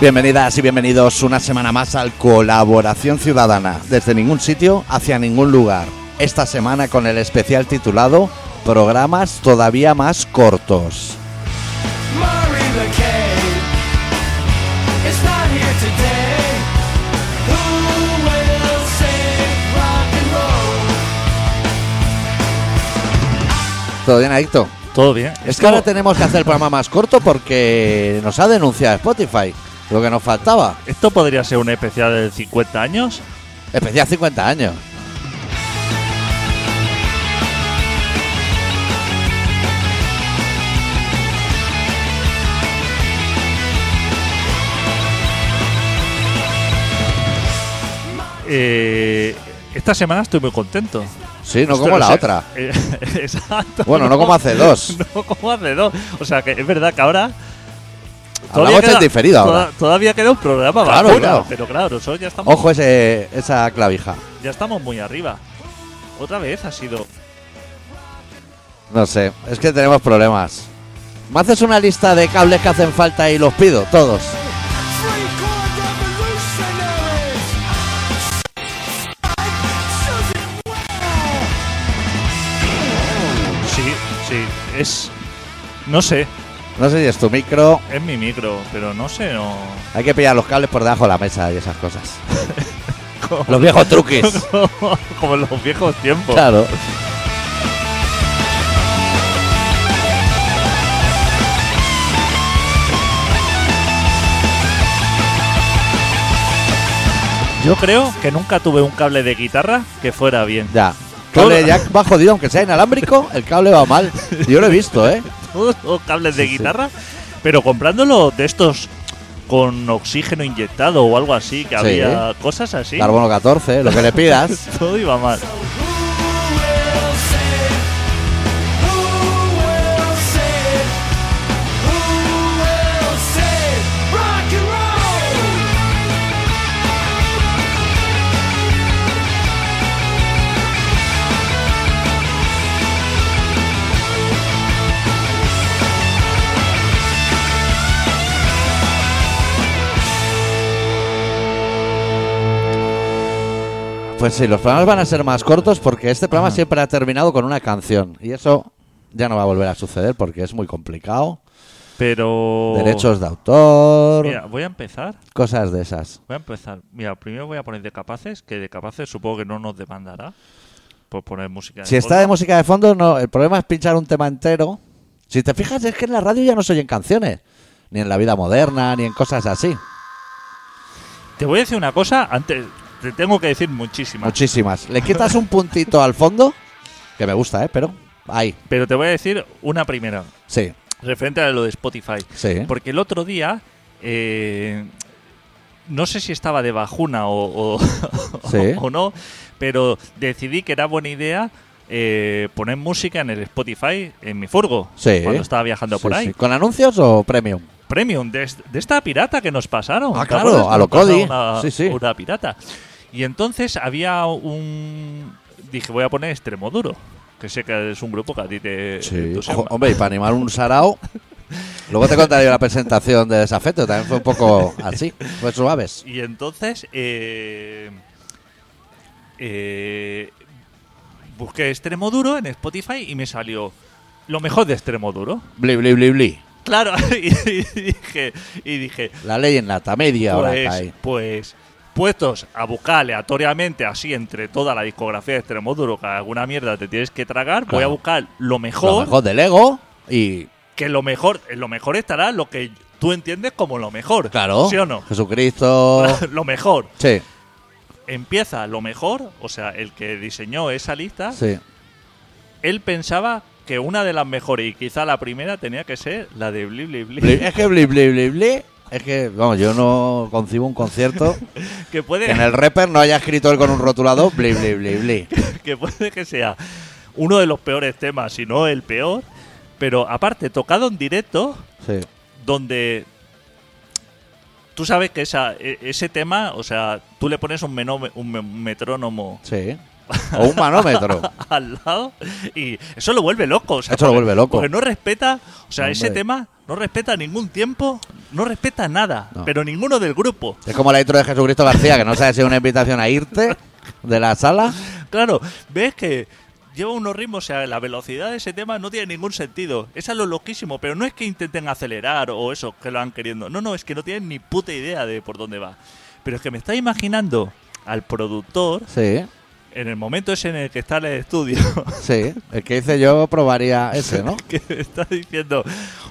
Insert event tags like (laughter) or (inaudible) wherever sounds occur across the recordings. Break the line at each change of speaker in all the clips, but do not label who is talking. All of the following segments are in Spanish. Bienvenidas y bienvenidos una semana más al Colaboración Ciudadana, desde ningún sitio hacia ningún lugar. Esta semana con el especial titulado Programas todavía más cortos.
Murray McCabe is not here today. Who will save rock and roll?
¿Todo bien, Adicto?
Todo bien.
Es que ahora tenemos que hacer el programa más corto porque nos ha denunciado Spotify, lo que nos faltaba.
Esto podría ser un E especial de 50 años.
Especial 50 años.
Eh, esta semana estoy muy contento.
Sí, no
Esto-
como
o
la
sea,
otra.
eh, (laughs) exacto.
Bueno, no como hace dos.
(laughs) No como hace dos. O sea, que es verdad que ahora.
Hablamos en diferido
toda-
ahora.
Todavía queda un programa
Claro,
vacuna,
claro.
Pero claro, nosotros ya estamos,
Ojo ese, esa clavija.
ya estamos muy arriba. Otra vez ha sido.
No sé, es que tenemos problemas. ¿Me haces una lista de cables que hacen falta y los pido todos?
Free chord revolutionaries. Susan Well.
Sí, sí. Es. No sé.
No sé si es tu micro.
Es mi micro, pero no sé. No,
Hay que pillar los cables por debajo de la mesa y esas cosas.
(laughs)
los viejos truquis.
como en los viejos tiempos.
claro.
Yo creo que nunca tuve un cable de guitarra que fuera bien.
Ya. Cable
Todo-
jack va jodido, aunque sea inalámbrico, el cable va mal. Yo lo he visto,
(laughs)
¿eh?
(laughs) Todos los cables de
Sí, sí.
guitarra, pero comprándolo de estos con oxígeno inyectado o algo así, que
Sí.
había cosas así.
Carbono 14, lo que le pidas.
(laughs) Todo iba mal.
Who will save? Who will save? Who will save rock and roll?
Pues sí, los programas van a ser más cortos porque este programa
Ajá.
siempre ha terminado con una canción. Y eso ya no va a volver a suceder porque es muy complicado.
Pero.
Derechos de autor,
Oh. Mira, voy a empezar.
cosas de esas.
Voy a empezar. Mira, primero voy a poner de capaces, que de capaces supongo que no nos demandará por poner música. de
Si está de
fondo.
música de fondo, no. El problema es pinchar un tema entero. Si te fijas, es que en la radio ya no se oyen canciones. Ni en la vida moderna, ni en cosas así.
Te voy a decir una cosa, antes te tengo que decir muchísimas.
Muchísimas. Le quitas un puntito al fondo, que me gusta, ¿eh? Pero ahí,
pero te voy a decir una primera,
sí,
referente a lo de Spotify.
sí.
Porque el otro día, eh, no sé si estaba de bajuna o, (laughs) o-
Sí.
o no, pero decidí que era buena idea eh, poner música en el Spotify en mi furgo
Sí.
cuando estaba viajando por
Sí,
ahí.
sí. ¿Con anuncios o premium?
Premium, de, est- de esta pirata que nos pasaron.
Ah,
¿te
claro,
acuerdas?
a lo
Nos pasaron
Cody.
Una,
Sí, sí.
una pirata. Y entonces había un... Dije, voy a poner Extremo Duro. Que sé que es un grupo que a ti te entusiasma.
Jo- hombre, y para animar un sarao. Luego te contaré yo la presentación de Desafeto, también fue un poco así, fue suaves.
Y entonces eh, eh, busqué Extremo Duro en Spotify y me salió lo mejor de Extremo Duro.
Bli, bli, bli, bli.
Claro, (laughs) y, y dije, y dije
La ley en lata, media hora
pues,
cae.
pues puestos a buscar aleatoriamente así entre toda la discografía de Extremo Duro, que alguna mierda te tienes que tragar, voy a
Claro.
buscar lo
Lo
mejor,
mejor del ego y,
que lo mejor, en lo mejor estará lo que tú entiendes como lo mejor.
claro,
¿Sí o
(laughs)
no?
Jesucristo.
(laughs) lo mejor.
sí,
empieza lo mejor, o sea, el que diseñó esa lista,
sí.
él pensaba que una de las mejores y quizá la primera tenía que ser la de Bli Bli Bli.
Bli- es que bli, bli, bli, bli. Es que, vamos, yo no concibo un (laughs) concierto
(laughs) que,
que en
puede,
el rapper no haya escrito él con un rotulador bli, bli, bli, bli.
(laughs) que puede que sea uno de los peores temas, si no el peor, pero aparte, tocado en directo,
Sí.
donde tú sabes que esa, e- ese tema, o sea, tú le pones un, menome- un me- un metrónomo
Sí. O un manómetro.
(laughs) al lado y eso lo vuelve loco. o sea,
Eso lo
porque-
vuelve loco.
Porque no respeta, o sea, ese
Hombre.
tema no respeta ningún tiempo, no respeta nada,
No.
pero ninguno del grupo.
Es como la intro de Jesucristo García, que no sabe si es una invitación a irte de la sala.
Claro, ves que lleva unos ritmos, o sea, la velocidad de ese tema no tiene ningún sentido. Es a lo loquísimo, pero no es que intenten acelerar o eso, que lo han queriendo. No, no, es que no tienen ni puta idea de por dónde va. Pero es que me está imaginando al productor
Sí,
en el momento ese en el que está en el estudio. (laughs)
sí. El que hice yo probaría ese, ¿no?
que me está diciendo,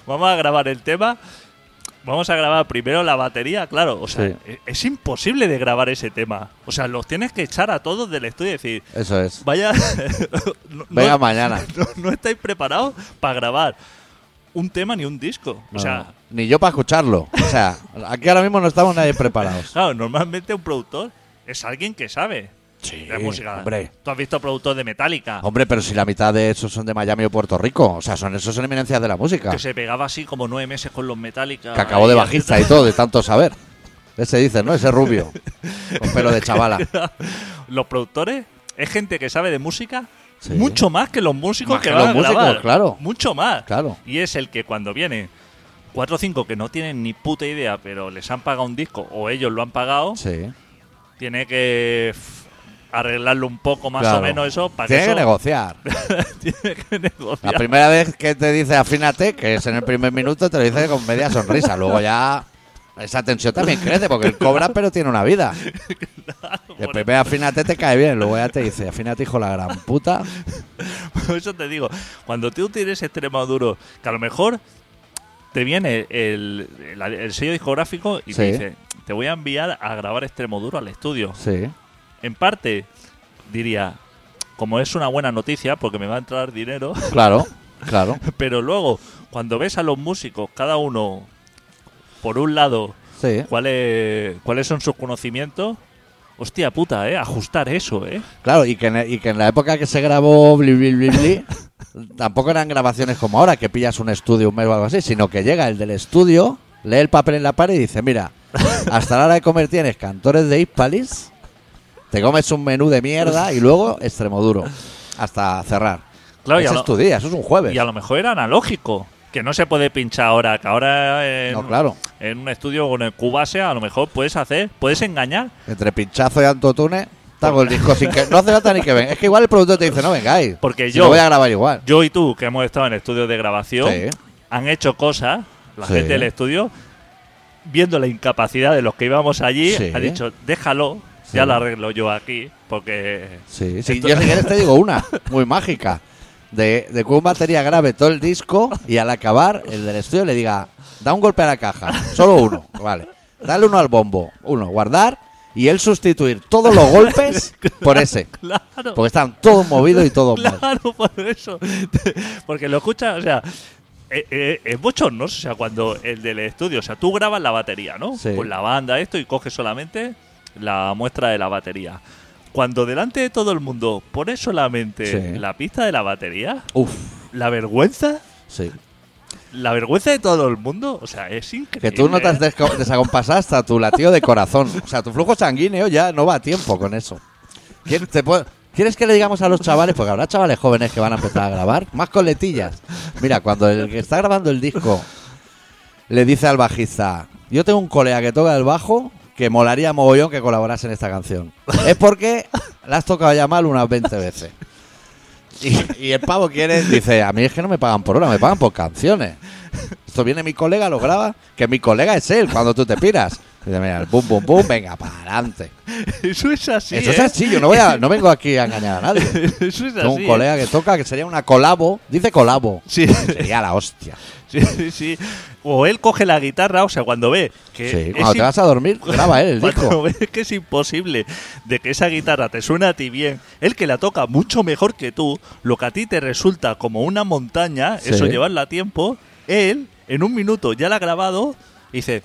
vamos a grabar el tema, vamos a grabar primero la batería, claro, o sea,
Sí.
e- es, imposible de grabar ese tema. O sea, los tienes que echar a todos del estudio y decir,
Eso es.
vaya, (laughs) no,
Venga
no-
mañana.
(laughs) no, no estáis preparados para grabar un tema ni un disco. O
No,
sea,
ni yo para escucharlo. O sea, aquí ahora mismo no estamos nadie preparados.
claro, normalmente un productor es alguien que sabe.
Sí,
de música.
hombre.
Tú has visto productor de Metallica.
Hombre, pero si la mitad de esos son de Miami o Puerto Rico. O sea, son esos son eminencias de la música.
Que se pegaba así como nueve meses con los Metallica.
Que acabó de
Ahí (laughs)
bajista y todo, de tanto saber. Ese dice, ¿no? Ese rubio. Con pelo de chavala.
(laughs) los productores es gente que sabe de música
Sí.
mucho más que los músicos
Más
que,
que
van
los
a
músicos,
grabar.
claro.
Mucho más.
Claro.
Y es el que cuando viene cuatro o cinco que no tienen ni puta idea, pero les han pagado un disco o ellos lo han pagado,
Sí.
tiene que f, arreglarlo un poco más
claro.
o menos eso para
Tiene
que,
que
eso-
negociar.
(laughs) tiene que
La
negociar. (laughs)
primera vez que te dice afínate, que es en el primer minuto, te lo dice con media sonrisa. Luego ya esa tensión también crece, porque él cobra pero tiene una
(laughs)
vida. El primer afínate te cae bien, luego ya te dice, afínate hijo la gran puta.
Por eso te digo, cuando tú tienes extremo duro, que a lo mejor te viene el, el- el sello discográfico y te
Sí.
dice, te voy a enviar a grabar extremo duro al estudio.
Sí,
En parte, diría, como es una buena noticia, porque me va a entrar dinero, (laughs)
claro, claro.
pero luego, cuando ves a los músicos, cada uno, por un lado,
Sí,
cuáles cuáles son sus conocimientos, hostia puta, ¿eh? Ajustar eso, ¿eh?
claro, y que, en, e, y que en la época que se grabó Bli Bli Bli
(laughs)
Bli, tampoco eran grabaciones como ahora, que pillas un estudio un mes o algo así, sino que llega el del estudio, lee el papel en la pared y dice,
(laughs)
mira, hasta la hora de comer tienes cantores de Hispalis, te comes un menú de mierda y luego extremoduro, hasta cerrar.
Claro, y a
Ese
lo-
es tu día, eso es un jueves.
Y a lo mejor era analógico, que no se puede pinchar ahora, que ahora en,
No, claro.
en un estudio con el Cubase a lo mejor puedes hacer, puedes engañar.
Entre pinchazo y antotune, te hago el disco sin que... No hace falta ni que venga. Es que igual el productor te dice, no vengáis.
Porque
si
yo-
Lo voy a grabar igual.
Yo y tú, que hemos estado en estudios de grabación,
Sí.
han hecho cosas, la
Sí.
gente del estudio, viendo la incapacidad de los que íbamos allí,
Sí.
ha dicho, déjalo,
Sí.
ya lo arreglo yo aquí, porque... (laughs)
Sí, sí.
Esto-
Yo si quieres te digo una, muy mágica. De, de que un batería grabe todo el disco y al acabar el del estudio le diga, da un golpe a la caja, solo uno, vale. Dale uno al bombo, uno, guardar y él sustituir todos los golpes por ese.
Claro,
Porque están todos movidos y todos mal.
(laughs) claro, por eso. Porque lo escuchas, o sea... eh, eh, Es bochornoso, o sea, cuando el del estudio, o sea, tú grabas la batería, ¿no?
Sí.
Con la banda, esto, y coges solamente la muestra de la batería. Cuando delante de todo el mundo pones solamente
Sí.
la pista de la batería,
Uf,
la vergüenza
sí.
La vergüenza de todo el mundo, o sea, es increíble.
Que tú no te has
¿eh?
desco- desacompasado hasta tu latido de corazón. O sea, tu flujo sanguíneo ya no va a tiempo con eso. ¿Quién- te puede- ¿Quieres que le digamos a los chavales? Porque habrá chavales jóvenes que van a empezar a grabar. Más coletillas. Mira, cuando el que está grabando el disco le dice al bajista, yo tengo un colega que toca el bajo que molaría mogollón que colaborase en esta canción. Es porque la has tocado ya mal unas 20 veces. Y, y el pavo quiere, dice, a mí es que no me pagan por hora, me pagan por canciones. Esto viene mi colega, lo graba, que mi colega es él cuando tú te piras. Dice, mira, el boom, boom, boom, venga, para adelante.
(laughs) Eso es así.
Eso es
¿eh?
así, yo no, voy a- no vengo aquí a engañar a nadie.
(laughs) Eso (laughs) es así.
Tengo un
¿eh?
colega que toca, que sería una colabo, dice colabo.
Sí. (laughs)
Sería la hostia.
Sí, sí, sí. O él coge la guitarra, o sea, cuando ve que.
Sí,
es
cuando te
im-
vas a dormir, graba él el
(laughs) Cuando
disco.
ve que es imposible de que esa guitarra te suene a ti bien, él que la toca mucho mejor que tú, lo que a ti te resulta como una montaña,
Sí.
eso llevarla a tiempo, él en un minuto ya la ha grabado y dice,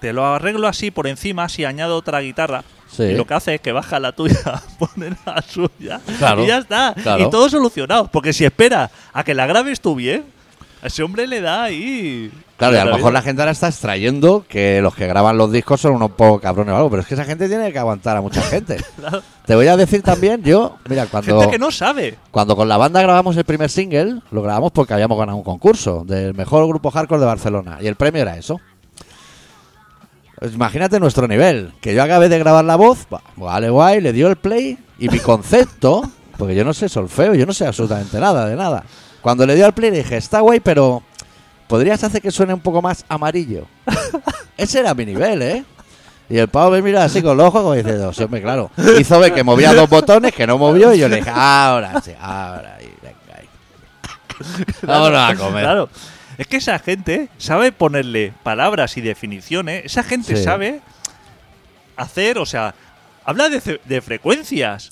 te lo arreglo así por encima si añado otra guitarra.
Sí.
Y lo que hace es que baja la tuya, (laughs) pone la suya
Claro,
y ya está.
claro.
Y todo solucionado. Porque si espera a que la grabes tú bien, A ese hombre le da ahí.
Claro, y a lo
Maravilla.
mejor la gente ahora está extrayendo que los que graban los discos son unos pocos cabrones o algo, pero es que esa gente tiene que aguantar a mucha gente.
(laughs) Claro.
Te voy a decir también, yo, mira, cuando,
Gente que no sabe.
cuando con la banda grabamos el primer single, lo grabamos porque habíamos ganado un concurso del mejor grupo hardcore de Barcelona y el premio era eso. Pues Imagínate nuestro nivel, que yo acabé de grabar la voz, va- vale, guay, le dio el play y mi concepto, (laughs) porque yo no sé solfeo, yo no sé absolutamente nada de nada. Cuando le dio al play le dije, está guay, pero podrías hacer que suene un poco más amarillo. (laughs) Ese era mi nivel, ¿eh? Y el pavo me mira así con los ojos como diciendo, sí, hombre, claro. Hizo ver que movía dos botones, que no movió, y yo le dije, ahora sí, ahora, y venga ahí. Vámonos a comer.
(laughs) Claro. Es que esa gente sabe ponerle palabras y definiciones. ¿eh? Esa gente
Sí.
sabe hacer, o sea, habla de, ce- de frecuencias.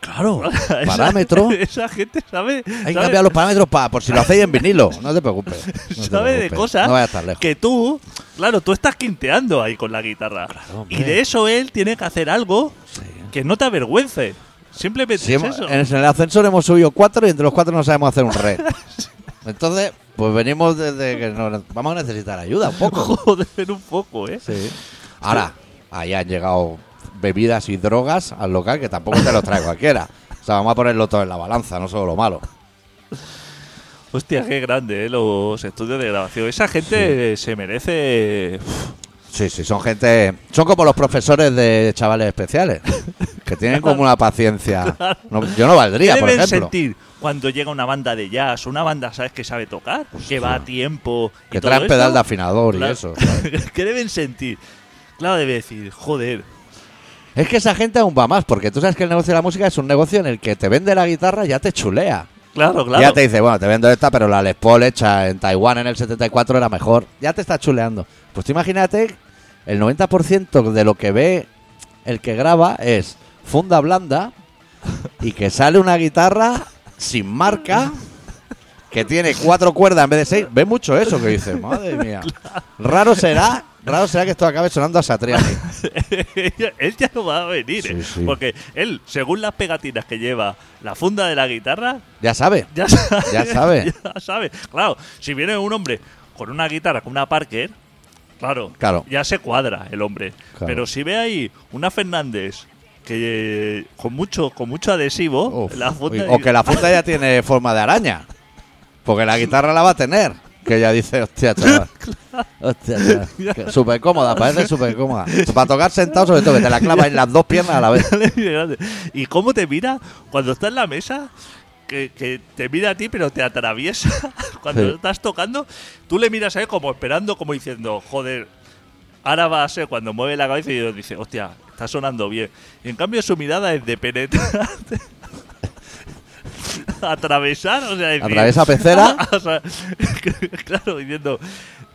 Claro,
(laughs) Esa-
parámetros.
(laughs) Esa, gente
Hay
sabe.
que
sabe-
cambiar los parámetros para por si lo hacéis en
(laughs)
vinilo. No te preocupes. no te
sabe de
preocupes.
cosas
No vaya a estar lejos.
que tú, claro, tú estás quinteando ahí con la guitarra.
hombre.
y de eso él tiene que hacer algo
Sí.
que no te avergüence. Simplemente
Sí,
es
hemos-
eso. (laughs)
en este el ascensor hemos subido cuatro y entre los cuatro no sabemos hacer un re. Entonces, pues venimos desde que nos- vamos a necesitar ayuda un poco.
Joder, un poco, ¿eh?
Sí. Ahora, ahí han llegado bebidas y drogas al local que tampoco te los trae cualquiera. O sea, vamos a ponerlo todo en la balanza, no solo lo malo.
Hostia, qué grande, ¿eh? Los estudios de grabación. Esa gente se merece. uf,
Sí, sí, son gente. Son como los profesores de chavales especiales, que tienen como una
(laughs)
paciencia. No, yo no
¿Qué
valdría, por
deben
ejemplo.
sentir cuando llega una banda de jazz? Una banda, ¿sabes? Que sabe tocar, que va a tiempo. y
Que
todo
traen
esto.
pedal de afinador y
Claro. (laughs)
eso. ¿sabes?
¿Qué deben sentir? Claro, debe decir, joder.
Es que esa gente aún va más, porque tú sabes que el negocio de la música es un negocio en el que te vende la guitarra y ya te chulea.
Claro, claro.
Ya te dice, bueno, te vendo esta, pero la Les Paul hecha en Taiwán en el 74 era mejor. Ya te está chuleando. Pues tú imagínate, el 90% de lo que ve el que graba es funda blanda y que sale una guitarra sin marca que tiene cuatro cuerdas en vez de seis. Ve mucho eso que dices, madre
(laughs)
mía. Raro será, raro será que esto acabe sonando a Satriani.
(laughs) él ya no va a venir, ¿eh?
Sí, sí.
porque él, según las pegatinas que lleva la funda de la guitarra,
Ya sabe.
ya sabe.
Ya sabe.
(laughs) ya sabe. Claro, si viene un hombre con una guitarra, con una Parker, claro,
Claro.
ya se cuadra el hombre.
Claro.
Pero si ve ahí una Fernández que eh, con mucho con mucho adhesivo,
Uf,
la funda
o que la funda ya tiene forma de araña. Porque la guitarra la va a tener. Que ella dice, hostia, chaval. Hostia, chaval. que Súper cómoda, parece súper cómoda. Para tocar sentado, sobre todo, que te la clavas en las dos piernas a la vez.
¿Y cómo te mira cuando está en la mesa? Que, que te mira a ti, pero te atraviesa. (laughs) Cuando
Sí.
estás tocando, tú le miras a él como esperando, como diciendo, joder, ahora va a ser cuando mueve la cabeza y dice, hostia, está sonando bien. Y en cambio, su mirada es de penetrante. (laughs) Atravesar, o sea, decir-
Atraviesa pecera.
(laughs) O sea, claro, diciendo,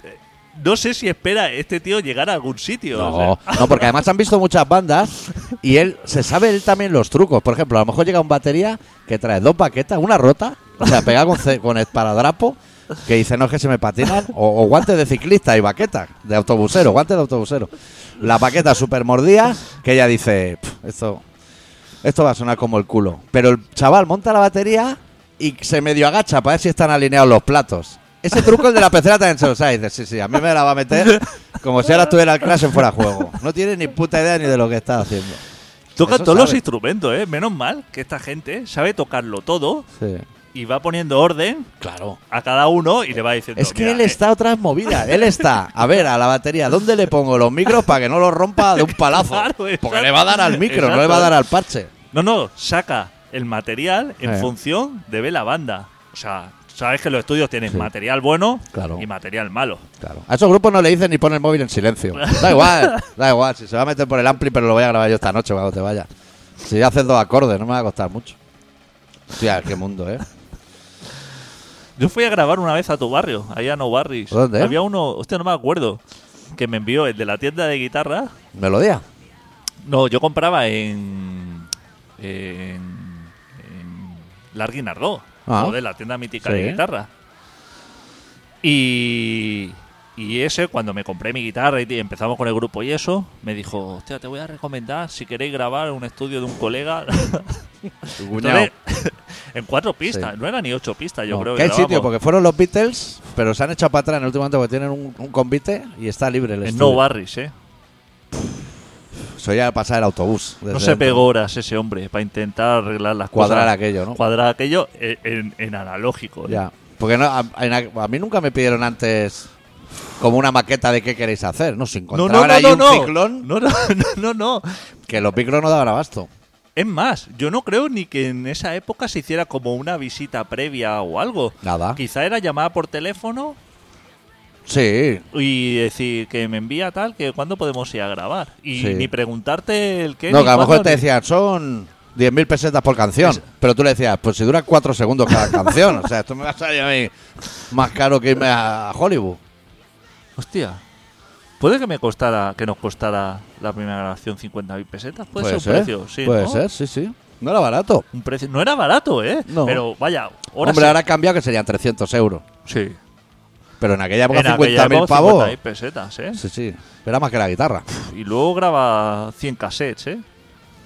eh, no sé si espera este tío llegar a algún sitio. o sea.
No, no, porque además han visto muchas bandas y él se sabe él también los trucos. Por ejemplo, a lo mejor llega un batería que trae dos baquetas, una rota, o sea, pegada con, ce- con esparadrapo, que dice no es que se me patinan, o, o guantes de ciclista y baquetas de autobusero, guantes de autobusero. Las baquetas super mordidas, que ella dice, "Pf, esto, esto va a sonar como el culo. Pero el chaval monta la batería y se medio agacha para ver si están alineados los platos. Ese truco el de la pecera también se lo sabe. Dice, sí, sí, a mí me la va a meter como si ahora estuviera el Crash en fuera de juego. No tiene ni puta idea ni de lo que está haciendo.
Toca
Eso
todos los
sabe.
instrumentos, ¿eh? Menos mal que esta gente sabe tocarlo todo
Sí.
y va poniendo orden
Claro.
a cada uno y le va diciendo.
Es que
"Mira,
él
eh, (laughs)
está a otras movidas. Él está, a ver, a la batería, ¿dónde le pongo los micros para que no los rompa de un palazo?
Claro,
Porque
exacto.
le va a dar al micro, no le va a dar al parche.
No, no, saca el material en
Eh.
función de ver la banda. O sea, sabes que los estudios tienen material bueno
Claro.
y material malo.
Claro. A esos grupos no le dicen ni poner el móvil en silencio. Da igual, da igual. Si se va a meter por el ampli, pero lo voy a grabar yo esta noche cuando te vaya. Si haces dos acordes, no me va a costar mucho. Hostia, qué mundo, ¿eh?
Yo fui a grabar una vez a tu barrio, allá no Barris.
¿Dónde?
Había uno, usted no me acuerdo, que me envió el de la tienda de guitarra.
Melodía.
No, yo compraba en. en. en Larguinardó,
Ah.
de la tienda mítica
Sí.
de guitarra. Y. Y ese, cuando me compré mi guitarra y empezamos con el grupo y eso, me dijo: Hostia, te voy (laughs) a recomendar si queréis grabar en un estudio de un colega.
Tu cuñao.
Entonces, (laughs) en cuatro pistas, no eran ni ocho pistas, yo
No,
creo.
que hay
grabamos.
sitio, porque fueron los Beatles, pero se han echado para atrás en el último momento porque tienen un, un convite y está libre el
En
estudio.
No Barris, ¿eh?
Soy a pasar el autobús. desde
No se
dentro.
pegó horas ese hombre para intentar arreglar las
Cuadrar
cosas.
aquello, ¿no?
Cuadrar aquello en, en- en analógico. ¿eh?
Ya. Porque no, a, a- a mí nunca me pidieron antes como una maqueta de qué queréis hacer. No, se
No,
encontraban
no, no,
ahí
no,
un
no.
ciclón
No, (laughs) no, no, no, no.
que los piclos no daban abasto.
Es más, yo no creo ni que en esa época se hiciera como una visita previa o algo.
Nada.
Quizá era llamada por teléfono
Sí,
y decir que me envía tal, que cuándo podemos ir a grabar. Y
Sí.
ni preguntarte el qué.
No,
ni
que a lo mejor
cuándo,
te
ni-
decían, son 10.000 pesetas por canción. Pero tú le decías, pues si dura 4 segundos
(laughs)
cada canción. o sea, esto me va a salir a mí más caro que irme a Hollywood.
Hostia. Puede que me costara, que nos costara la primera grabación 50.000 pesetas. Puede, ser Pues un precio, sí.
Puede
¿no?
ser, sí, sí. No era barato.
Un precio. No era barato, ¿eh?
No.
Pero vaya, ahora
Hombre,
sí.
ahora ha cambiado que serían 300 euros.
Sí.
Pero en aquella época
En aquella
50.000
época,
pavos.
50.000 pesetas, ¿eh?
Sí, sí. Era más que la guitarra.
Y luego graba 100 cassettes, ¿eh?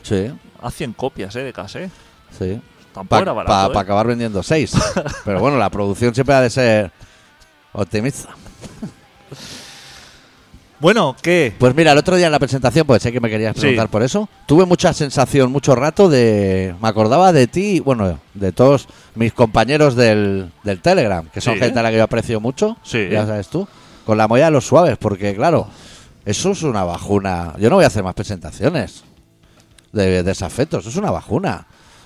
Sí,
Haz 100 copias, ¿eh? De cassette.
sí.
Tampoco
Para
era barato. ¿eh?
acabar vendiendo
(laughs)
6. Pero bueno, la producción siempre ha de ser optimista.
Bueno, ¿qué?
Pues mira, el otro día en la presentación, pues sé que me querías
Sí.
preguntar por eso, tuve mucha sensación, mucho rato de... Me acordaba de ti, bueno, de todos mis compañeros del, del Telegram, que son
Sí.
gente a la que yo aprecio mucho,
Sí.
ya sabes tú, con la moya de los suaves, porque claro, eso es una bajuna. Yo no voy a hacer más presentaciones de desafectos, eso es una bajuna.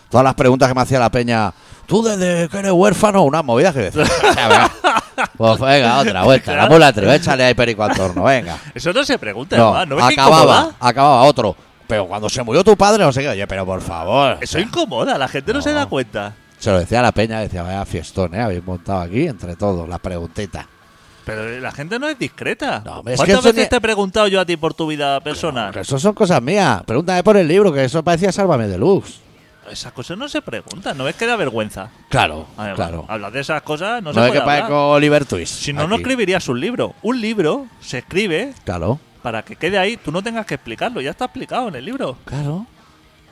Todas las preguntas que me hacía la peña, tú desde que eres huérfano, una movida que... decía, (laughs) o sea, venga, pues venga, otra vuelta, la mula tres, échale ahí perico al torno, venga.
Eso no se pregunta,
No,
además, ¿no ves que
acababa,
incomoda?
acababa otro. Pero cuando se murió tu padre, no sé qué. Oye, pero por favor.
Eso incomoda, la gente no, se da cuenta.
Se lo decía a la peña, decía, vaya fiestón, ¿eh? Habéis montado aquí entre todos, la preguntita.
Pero la gente no es discreta.
No, hombre, es
¿Cuántas
que eso
veces
ni-
te he preguntado yo a ti por tu vida personal?
Pero eso son cosas mías. Pregúntame por el libro, que eso parecía Sálvame Deluxe.
Esas cosas no se preguntan, no es que da vergüenza.
Claro,
Además,
claro.
Hablar de esas cosas no,
No,
se
es
puede
que
hablar.
parezco Oliver Twist.
Si no, no
aquí.
escribirías un libro. Un libro se escribe
Claro,
para que quede ahí, tú no tengas que explicarlo, ya está explicado en el libro.
claro.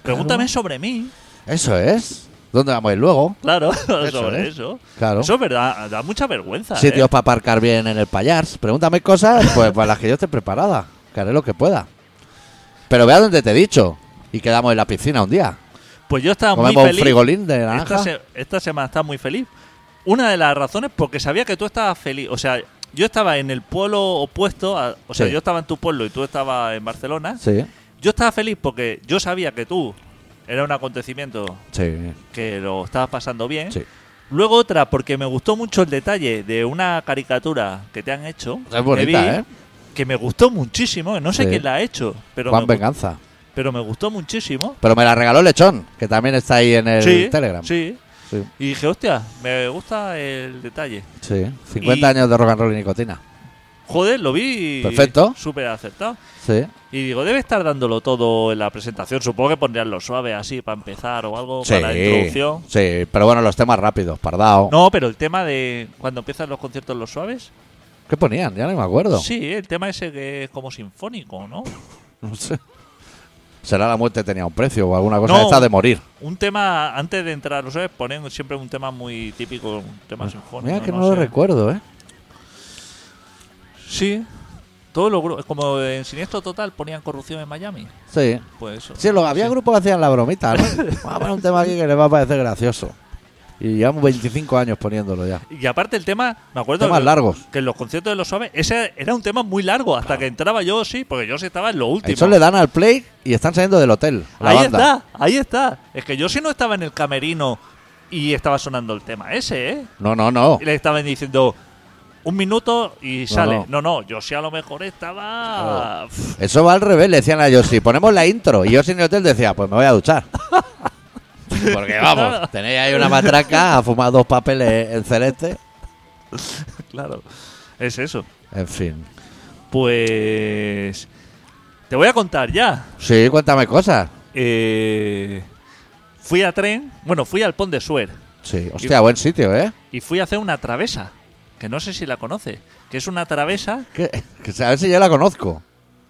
Pregúntame sobre mí.
Eso es. ¿Dónde vamos a ir luego?
Claro, (laughs) sobre
es.
eso.
¿eh? Claro.
Eso es verdad, da mucha vergüenza. ¿eh?
Sitios para aparcar bien en el Payars. Pregúntame cosas pues, para las que yo esté preparada. Que haré lo que pueda. Pero vea donde te he dicho. Y quedamos en la piscina un día.
Pues yo estaba muy
Comemos un
feliz.
frigolín de naranja.
esta, se- esta semana estaba muy feliz. Una de las razones, porque sabía que tú estabas feliz. O sea, yo estaba en el pueblo opuesto. a- o sea,
Sí.
yo estaba en tu pueblo y tú estabas en Barcelona.
Sí,
Yo estaba feliz porque yo sabía que tú era un acontecimiento ¿Eh?
sí,
que lo estabas pasando bien.
sí.
Luego otra, porque me gustó mucho el detalle de una caricatura que te han hecho.
Es bonita,
que
¿eh?
Que me gustó muchísimo. que No sé
Sí.
quién la ha hecho, pero
Juan
me, gu-
Venganza.
pero me gustó muchísimo.
Pero me la regaló Lechón, que también está ahí en el
sí,
Telegram.
Sí.
Sí,
Y dije, hostia, me gusta el detalle.
sí. 50
Y-
años de rock and roll y nicotina.
Joder, lo vi.
Perfecto.
Súper acertado.
Sí.
Y digo, debe estar dándolo todo en la presentación. Supongo que pondrían lo suave así para empezar o algo
Sí.
para la introducción.
Sí, pero bueno, los temas rápidos, Pardao.
No, pero el tema de cuando empiezan los conciertos los suaves.
¿Qué ponían? Ya no me acuerdo.
Sí, el tema ese que es como sinfónico, ¿no?
No sé. Será la muerte tenía un precio o alguna cosa
No.
de esta de morir.
Un tema, antes de entrar los suaves, ponen siempre un tema muy típico, un tema sinfónico.
Mira que no, lo
Pues sé.
recuerdo, ¿eh?
Sí. Todo lo gru- como en Siniestro Total ponían corrupción en Miami.
Sí.
Pues eso.
Sí, lo, había grupos que hacían la bromita,
(laughs)
¿no? Vamos a poner un tema aquí que les va a parecer gracioso. Y llevamos 25 años poniéndolo ya.
Y aparte el tema, me acuerdo
Temas
que,
largos.
que en los conciertos de los suaves, ese era un tema muy largo, hasta que entraba yo, sí, porque yo sí estaba en lo último.
Eso le dan al play y están saliendo del hotel. la
ahí
banda.
está, ahí está. Es que yo sí no estaba en el camerino y estaba sonando el tema ese, ¿eh?
No, no, no.
Y le estaban diciendo un minuto y sale.
no.
No, no, yo sí a lo mejor estaba... Pff,
Eso va al revés, le decían a Yossi. Ponemos la intro. Y Yossi en el hotel decía, pues me voy a
(laughs)
duchar. Porque vamos, tenéis ahí una matraca, ha fumado dos papeles en celeste.
(laughs) claro, es eso.
En fin.
Pues... Te voy a contar ya.
Sí, cuéntame cosas.
Eh, fui a tren, bueno, fui al Pont de Suer.
Sí, hostia, buen sitio, ¿eh?
y fui a hacer una travesa, que no sé si la conoce, que es una travesa
Que, que a ver si yo la conozco.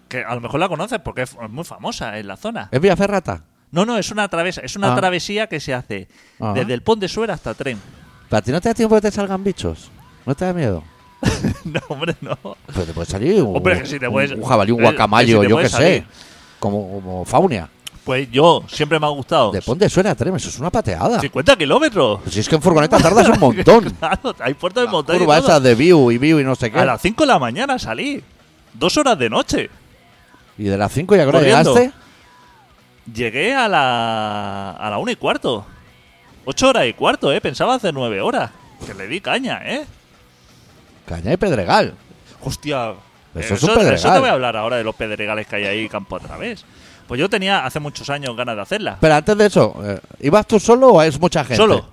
que a lo mejor la conoces porque es muy famosa en la zona.
¿Es Villaferrata?
No, no, es una travesa, es una
Eh. Ah.
travesía que se hace
Ah.
desde el Pont de Suera
(laughs)
hasta Tren.
Pero a ti no te da tiempo que te salgan bichos. No te da miedo.
no, hombre, no.
Pero te puede salir un,
Hombre, que si te
un-
puedes-
un jabalí, un
eh,
guacamayo,
que si
yo
te
qué
puedes
sé.
salir.
Como, como faunia.
Pues yo, siempre me ha gustado.
De ponte suena, trem, eso es una pateada.
50 kilómetros. (laughs)
Si es que en furgoneta tardas un montón.
Claro, hay puertas de
La
montaña. y
curva
todo.
esa de Viu y Viu y no sé qué.
A las 5 de la mañana salí. Dos horas de noche.
Y de las 5 ya creo que
Corriendo.
llegaste.
Llegué a la, a la 1 y cuarto. 8 horas y cuarto, ¿eh? Pensaba hacer 9 horas. Que le di caña, ¿eh?
Caña y Pedregal.
Hostia. eh,
Eso es
eso,
un pedregal.
eso te voy a hablar ahora de los pedregales que hay ahí campo a través. Pues yo tenía hace muchos años ganas de hacerla.
Pero antes de eso, eh, ¿ibas tú solo o es mucha gente?
Solo.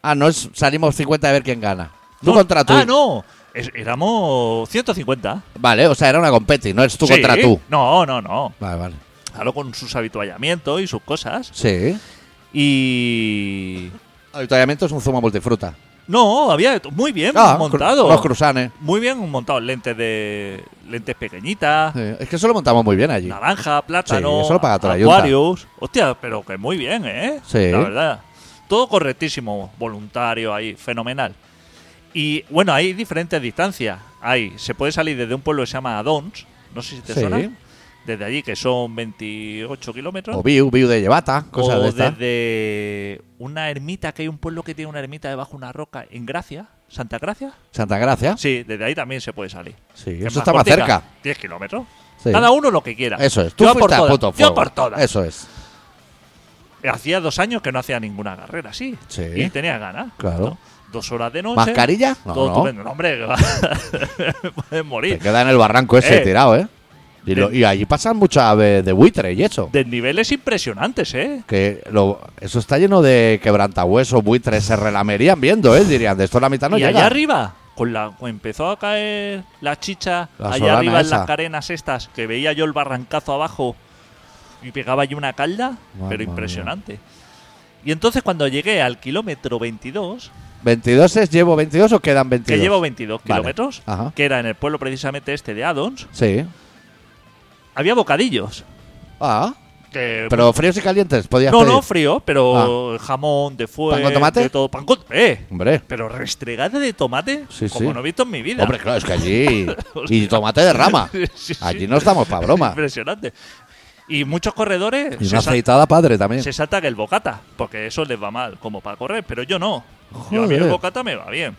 Ah, no es salimos 50 a ver quién gana. Tú
No,
contra tú.
Ah, no. Es- éramos 150.
Vale, o sea, era una competi, no es tú
Sí.
contra tú.
No, no, no.
Vale, vale.
Claro, con sus habituallamientos y sus cosas.
Sí.
Y.
Habituallamiento es un zumo multifruta.
No, había. de to- Muy bien
Ah,
montado.
cru- Los cruzanes.
Muy bien montado. Lentes de. Lentes pequeñitas.
Sí, Es que eso lo montamos muy bien allí.
Naranja, plátano,
Sí, eso lo paga toda la Junta.
acuarios. Hostia, pero que muy bien, ¿eh?
Sí.
La verdad. Todo correctísimo, voluntario ahí, fenomenal. Y bueno, hay diferentes distancias. Hay, se puede salir desde un pueblo que se llama Adons, no sé si te
Sí.
suena. Desde allí, que son 28 kilómetros.
O Viu, Viu de Llevata, cosas
O
de estas.
desde una ermita, que hay un pueblo que tiene una ermita debajo de una roca en Gracia, Santa Gracia.
Santa Gracia.
Sí, desde ahí también se puede salir.
Sí,
Que es
eso está más
cortica,
cerca.
10 kilómetros.
Sí.
Cada uno lo que quiera.
Eso es. Tú
Yo a
fuiste
por
a
todas.
puto
Yo
fuego.
a por todas.
Eso es.
Hacía dos años que no hacía ninguna carrera, sí.
Sí.
Y tenía ganas.
Claro.
¿no? Dos horas de noche.
¿Mascarilla? No,
Todo
no.
estupendo. No, hombre, que va. (laughs) puedes
Te
morir.
queda en el barranco ese
Eh.
tirado, ¿eh? Y, lo- y allí pasan muchas aves de buitre y eso.
Desniveles impresionantes, ¿eh?
que lo- eso está lleno de quebrantahuesos, buitres, se relamerían viendo, ¿eh? Dirían, de esto la mitad no
y
llega.
allá arriba, con la, con- empezó a caer la chicha,
La
allá
solana
arriba en
esa.
las carenas estas, que veía yo el barrancazo abajo y pegaba yo una calda,
Madre
pero
mía.
impresionante. Y entonces cuando llegué al kilómetro 22,
22 es, llevo 22 o quedan 22.
que llevo 22
Vale.
kilómetros,
Ajá.
que era en el pueblo precisamente este de Adons,
Sí.
había bocadillos.
Ah,
Que-
pero fríos y calientes, podías
no,
pedir.
no, frío, pero jamón, de fuego.
¿Pan con tomate?
De todo, pan con, eh,
Hombre,
pero restregada de tomate,
Sí,
como
sí.
no he visto en mi vida.
hombre, claro, es que
(laughs)
allí. y tomate de rama.
Sí, sí, sí.
Allí no estamos para broma.
(laughs) Impresionante. Y muchos corredores
Y
se,
una
sa-
aceitada padre también.
se saltan el bocata, porque eso les va mal, como para correr, pero yo no. Yo a mí
Joder.
el bocata me va bien.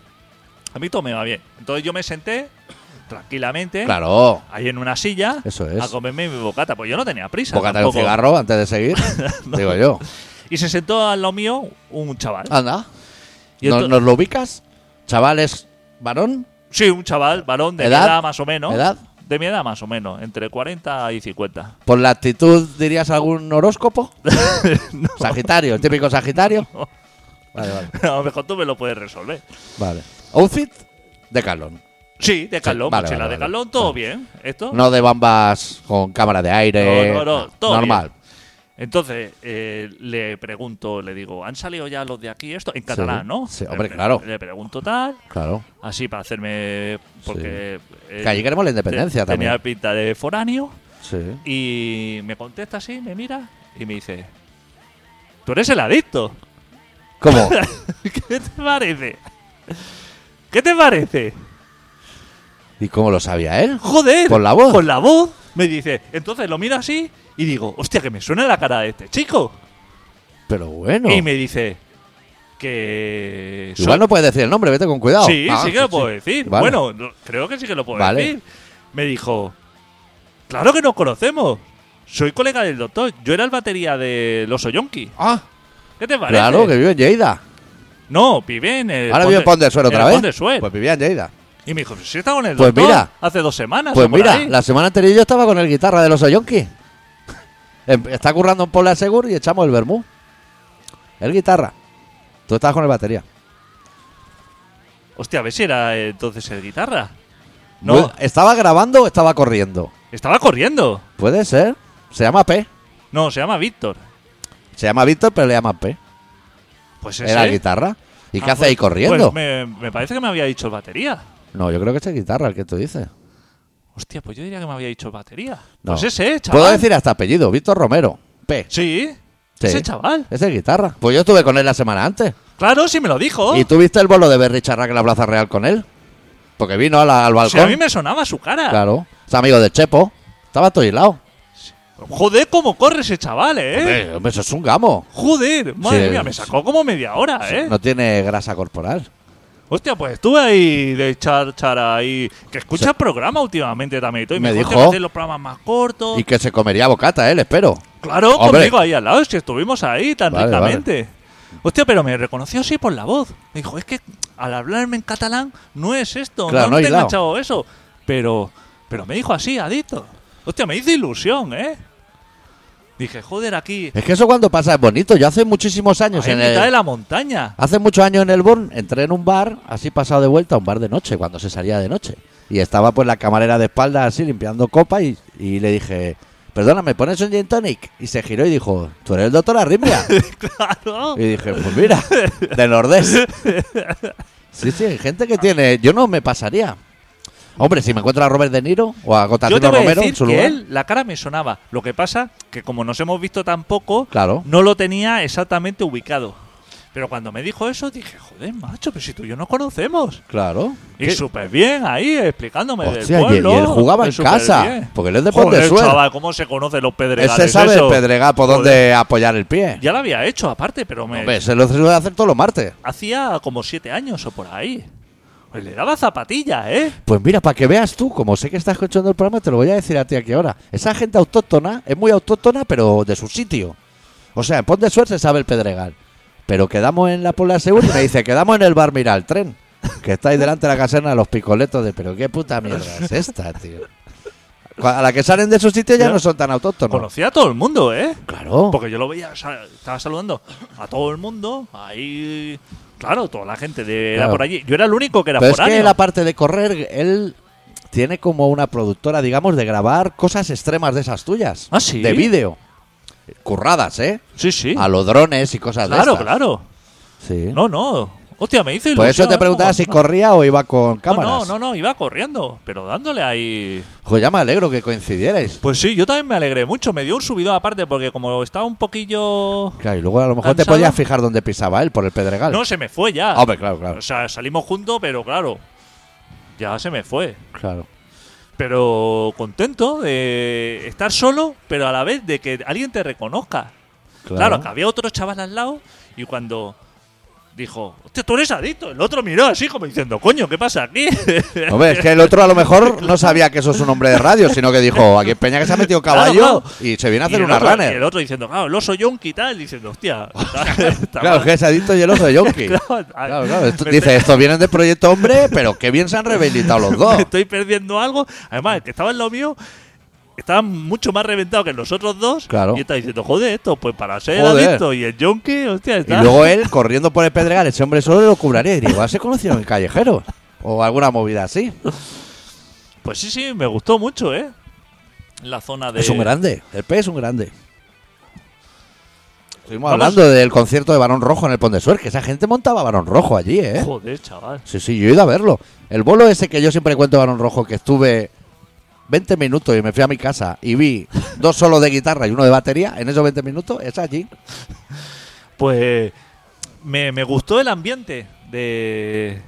A mí todo me va bien. Entonces yo me senté tranquilamente.
Claro.
Ahí en una silla
Eso es.
a comerme mi bocata, pues yo no tenía prisa.
Bócate un
tampoco.
cigarro antes de
(laughs)
seguir. Digo yo.
Y se sentó al lado mío un chaval.
Anda.
Y
¿No-
esto-
¿Nos lo ubicas? Chavales, varón.
Sí, un chaval, varón de
¿Edad?
mi edad más o menos.
¿Edad?
De mi edad más o menos, entre 40 y 50.
¿Por la actitud dirías algún
(laughs)
horóscopo? Sagitario, el típico Sagitario.
No.
Vale, vale.
(laughs) A lo mejor tú me lo puedes resolver.
Vale. Outfit de calón.
Sí, de calón,
vale,
mochila
vale,
de
vale.
calón, todo bien. ¿Esto?
No de bambas con cámara de aire.
No, no, no, todo
normal.
Entonces, eh, le pregunto, le digo, ¿han salido ya los de aquí esto? En catalán, ¿no?
sí, hombre,
Le-
claro.
Le pregunto tal,
Claro.
así para hacerme... Porque... eh,
Que allí queremos la independencia
te- Tenía
también.
pinta de foráneo.
Sí.
Y me contesta así, me mira y me dice: Tú eres el adicto. (laughs)
¿Cómo?
¿Qué te parece? ¿Qué te parece?
¿Y cómo lo sabía él?
Joder.
¿Por la voz?
Con la voz. Me dice. Entonces lo miro así y digo: Hostia, que me suena la cara de este chico.
Pero bueno.
Y me dice: Que. soy-
Igual no puedes decir el nombre, vete con cuidado.
Sí,
Ah,
sí que lo puedo decir.
Vale.
Bueno, no- creo que sí que lo puedo
Vale.
decir. Me dijo, claro que nos conocemos. Soy colega del doctor. Yo era el batería de los Oyonki.
Ah,
¿Qué te parece? Eh,
claro, que vive en Lleida.
No, vive en el.
Ahora
Pont
vive
de-
en Pondesuer
en
otra
el
vez.
Pont de Suert.
Pues vivía en Lleida.
y me dijo, si está con el
Pues
doctor
mira.
hace dos semanas. o
Pues
por
mira,
ahí".
la semana anterior yo estaba con el guitarra de los Oyonki. Em- Está currando en Puebla Segur y echamos el vermú. El guitarra. Tú estabas con el batería.
Hostia, a ver si era eh, entonces el guitarra. No,
Bueno, Pues, ¿Estaba grabando o estaba corriendo?
estaba corriendo.
Puede ser. Se llama P.
No, se llama Víctor.
Se llama Víctor, pero le llaman P.
Pues ese.
Era el guitarra. ¿Y qué
Ah,
hace
pues-
ahí corriendo?
Pues me, me parece que me había dicho el batería.
No, yo creo que es el guitarra el que tú dices.
Hostia, pues yo diría que me había dicho el batería.
No.
Pues ese, chaval.
Puedo decir hasta apellido, Víctor Romero. P.
Sí.
Sí.
Ese chaval.
Es de guitarra. Pues yo estuve con él la semana antes.
Claro, sí me lo dijo.
¿Y tú viste el bolo de Berry Charrac en la Plaza Real con él? Porque vino a la- al
Si
balcón.
a mí me sonaba su cara.
Claro. Es amigo de Chepo. Estaba todo hilado.
Joder, cómo corre ese chaval, ¿eh?
Hombre, hombre, eso es un gamo.
Joder, madre
Sí,
mía, me sacó como media hora, ¿eh?
No tiene grasa corporal.
Hostia, pues estuve ahí de char, char ahí. Que escuchas programa últimamente también y todo. Y
Me
me dijo que
dijo.
hacer los programas más cortos.
Y que se comería bocata él, espero.
Claro,
Hombre.
conmigo ahí al lado, es que estuvimos ahí tan
Vale,
ricamente. Hostia, pero me reconoció así por la voz. Me dijo, es que al hablarme en catalán no es esto,
Claro,
no,
no
te he
hilado.
enganchado eso. Pero, pero me dijo así, adicto. Hostia, me hizo ilusión, ¿eh? Dije, joder, aquí,
Es que eso cuando pasa es bonito. Yo hace muchísimos años
ahí en
en
mitad de
el...
la montaña. (laughs)
Hace muchos años en el Born entré en un bar, así pasado de vuelta, a un bar de noche, cuando se salía de noche. Y estaba pues la camarera de espaldas así limpiando copa y, y le dije, perdona, ¿me pones un gin tonic? Y se giró y dijo, ¿tú eres el doctor Arritmia?
Claro.
(laughs) Y dije, pues mira, de Nordés. (laughs) Sí, sí, hay gente que tiene. Yo no me pasaría. Hombre, si me encuentro a Robert De Niro o a
Yo te
Constantino
voy a
Romero
decir
en su
que
lugar.
él, la cara me sonaba. Lo que pasa que como nos hemos visto tan poco,
Claro.
no lo tenía exactamente ubicado. Pero cuando me dijo eso, dije, joder, macho, pero si tú y yo nos conocemos.
Claro.
Y
¿Qué?
súper bien ahí, explicándome
Hostia, y-
del pueblo.
y él jugaba en
Súper
casa,
bien.
porque él es de
Joder,
Pontesuela.
chaval, cómo se conocen los pedregales
Ese sabe
eso?
el pedregal por
Joder,
dónde apoyar el pie.
Ya lo había hecho, aparte, pero me...
Hombre, se lo suele hacer todos los martes.
Hacía como siete años o por ahí. Pues le daba zapatilla, ¿eh?
Pues mira, para que veas tú, como sé que estás escuchando el programa, te lo voy a decir a ti aquí ahora. Esa gente autóctona es muy autóctona, pero de su sitio. O sea, en Pont de Suerte se sabe el Pedregal. Pero quedamos en la Puebla de Seúl y me dice, quedamos en el bar Mira el tren. Que está ahí delante de la caserna de los picoletos de, pero qué puta mierda es esta, tío. Cu- A la que salen de su sitio ya
Ya.
no son tan autóctonos.
Conocía a todo el mundo, ¿eh?
Claro.
Porque yo lo veía, sa- estaba saludando a todo el mundo, ahí... Claro, toda la gente de, era
Claro.
por allí. Yo era el único que era
Pero es
por
que la parte de correr, él tiene como una productora, digamos, de grabar cosas extremas de esas tuyas.
Ah, ¿sí?
De vídeo. Curradas, ¿eh?
Sí, sí.
a los drones y cosas de
Claro,
estas.
claro.
Sí.
No, no. Hostia, me hizo ilusión.
Por eso te
¿eh?
preguntaba
Como-
si corría o iba con cámaras.
No, no, no, iba corriendo, pero dándole ahí.
Joder, ya me alegro que coincidierais.
Pues sí, yo también me alegré mucho, me dio un subido aparte porque como estaba un poquillo.
Claro, y luego a lo mejor te
¿Cansado?
podías fijar dónde pisaba él por el pedregal.
No, se me fue ya.
Ah, Hombre, claro, claro.
O sea, salimos juntos, pero claro, ya se me fue.
claro.
Pero contento de estar solo, pero a la vez de que alguien te reconozca.
Claro.
Claro, que había otro chaval al lado y cuando dijo, hostia, tú eres adicto, el otro miró así como diciendo, coño, ¿qué
(laughs)
pasa aquí?
Hombre, es que el otro a lo mejor no sabía que eso es un hombre de radio, sino que dijo, aquí en Peña que se ha metido
Claro,
caballo
claro.
y se viene a hacer
y el
una
otro, y
runner.
el otro diciendo, claro, el oso yonki y tal,
(laughs)
diciendo, hostia. está- está
Claro, es
mal.
que es adicto y el oso de Yonki.
(laughs) Claro, a-
Claro, claro. Esto-
Ah. (laughs) me
dice,
estoy-
estos vienen de Proyecto Hombre, pero qué bien se han rehabilitado los dos.
(laughs) me estoy perdiendo algo. Además, el que estaba en lo mío estaba mucho más reventado que los otros dos.
Claro.
Y estaba diciendo, joder, esto, pues para ser
Joder.
adicto y el yonki, hostia,
Y
está.
luego él, corriendo por el Pedregal, ese hombre solo lo cubraría. Y digo, igual se conocieron en callejeros. O alguna movida así.
Pues sí, sí, me gustó mucho, ¿eh? La zona de.
Es un grande. El P es un grande. Estuvimos
Vamos.
hablando del concierto de Barón Rojo en el Pont de Suer, que esa gente montaba Barón Rojo allí, ¿eh?
Joder, chaval.
Sí, sí, yo he ido a verlo. El bolo ese que yo siempre cuento de Barón Rojo, que estuve 20 minutos y me fui a mi casa y vi dos solos de guitarra y uno de batería, en esos 20 minutos, es allí.
Pues me, me gustó el ambiente de.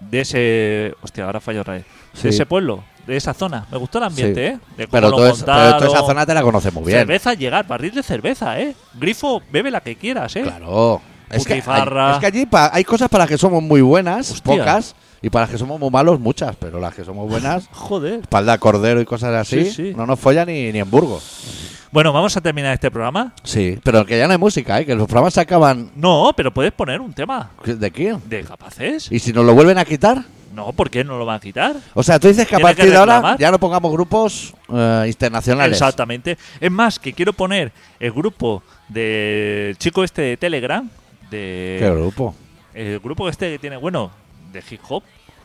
De ese. Hostia, ahora fallo otra vez.
Sí.
De ese pueblo, de esa zona. Me gustó el ambiente,
Sí.
¿eh? De cómo
Pero,
lo
todo es- pero toda esa
montaron.
zona te la conocemos bien.
Cerveza llegar, barril de cerveza, ¿eh? Grifo, bebe la que quieras, ¿eh?
Claro. Es que, hay,
Putifarra.
es que allí pa- hay cosas para las que somos muy buenas,
Hostia.
pocas, y para las que somos muy malos, muchas, pero las que somos buenas,
Joder.
espalda a cordero y cosas así,
Sí, sí.
no nos follan ni, ni en Burgos.
Bueno, vamos a terminar este programa.
Sí, pero que ya no hay música, ¿eh? que los programas se acaban
No, pero puedes poner un tema
de aquí.
de capaces.
¿Y si nos lo vuelven a quitar?
No, ¿por qué no lo van a quitar?
O sea, tú dices que a
Tiene que
partir de ahora
reclamar.
ya no pongamos grupos eh, internacionales.
Exactamente. Es más, que quiero poner el grupo del chico este de Telegram. De,
¿Qué grupo?
El grupo este que tiene, bueno, de hip hop.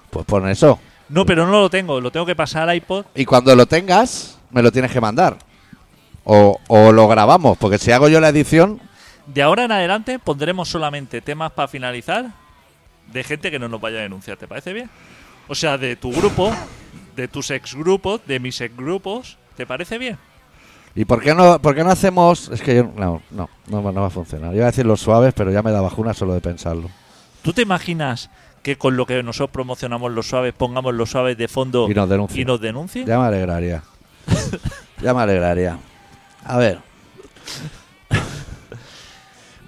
Pues pon eso.
No, pero no lo tengo, lo tengo que pasar a iPod.
Y cuando lo tengas, me lo tienes que mandar. O, o lo grabamos, porque si hago yo la edición,
De ahora en adelante pondremos solamente temas para finalizar de gente que no nos vaya a denunciar, ¿te parece bien? O sea, de tu grupo, de tus exgrupos, de mis exgrupos, ¿te parece bien?
¿Y por qué no, por qué no hacemos.? Es que yo. No, no, no, va- no va a funcionar. Yo iba a decir los suaves, pero ya me da bajuna solo de pensarlo.
¿Tú te imaginas que con lo que nosotros promocionamos los suaves, pongamos los suaves de fondo
Y nos denuncian.
y nos denuncien?
Ya me alegraría. ya me alegraría. A ver.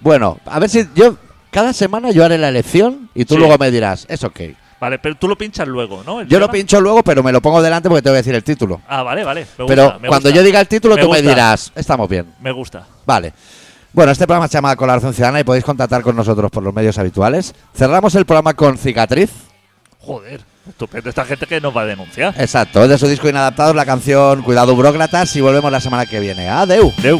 bueno, a ver si yo. Cada semana yo haré la elección y tú
Sí.
luego me dirás, es ok.
Vale, pero tú lo pinchas luego, ¿no? El
Yo lo
tema.
pincho luego, pero me lo pongo delante porque tengo que decir el título.
Ah, vale, vale. me gusta,
pero
me
cuando
gusta.
yo diga el título,
Me
tú me
gusta.
dirás, estamos bien.
Me gusta.
Vale. Bueno, este programa se llama Colaboración Ciudadana y podéis contactar con nosotros por los medios habituales. Cerramos el programa con Cicatriz.
Joder, estupendo. Esta gente que nos va a denunciar.
Exacto, es de su disco Inadaptados la canción Cuidado Burócratas y volvemos la semana que viene. Adeu.
Deu.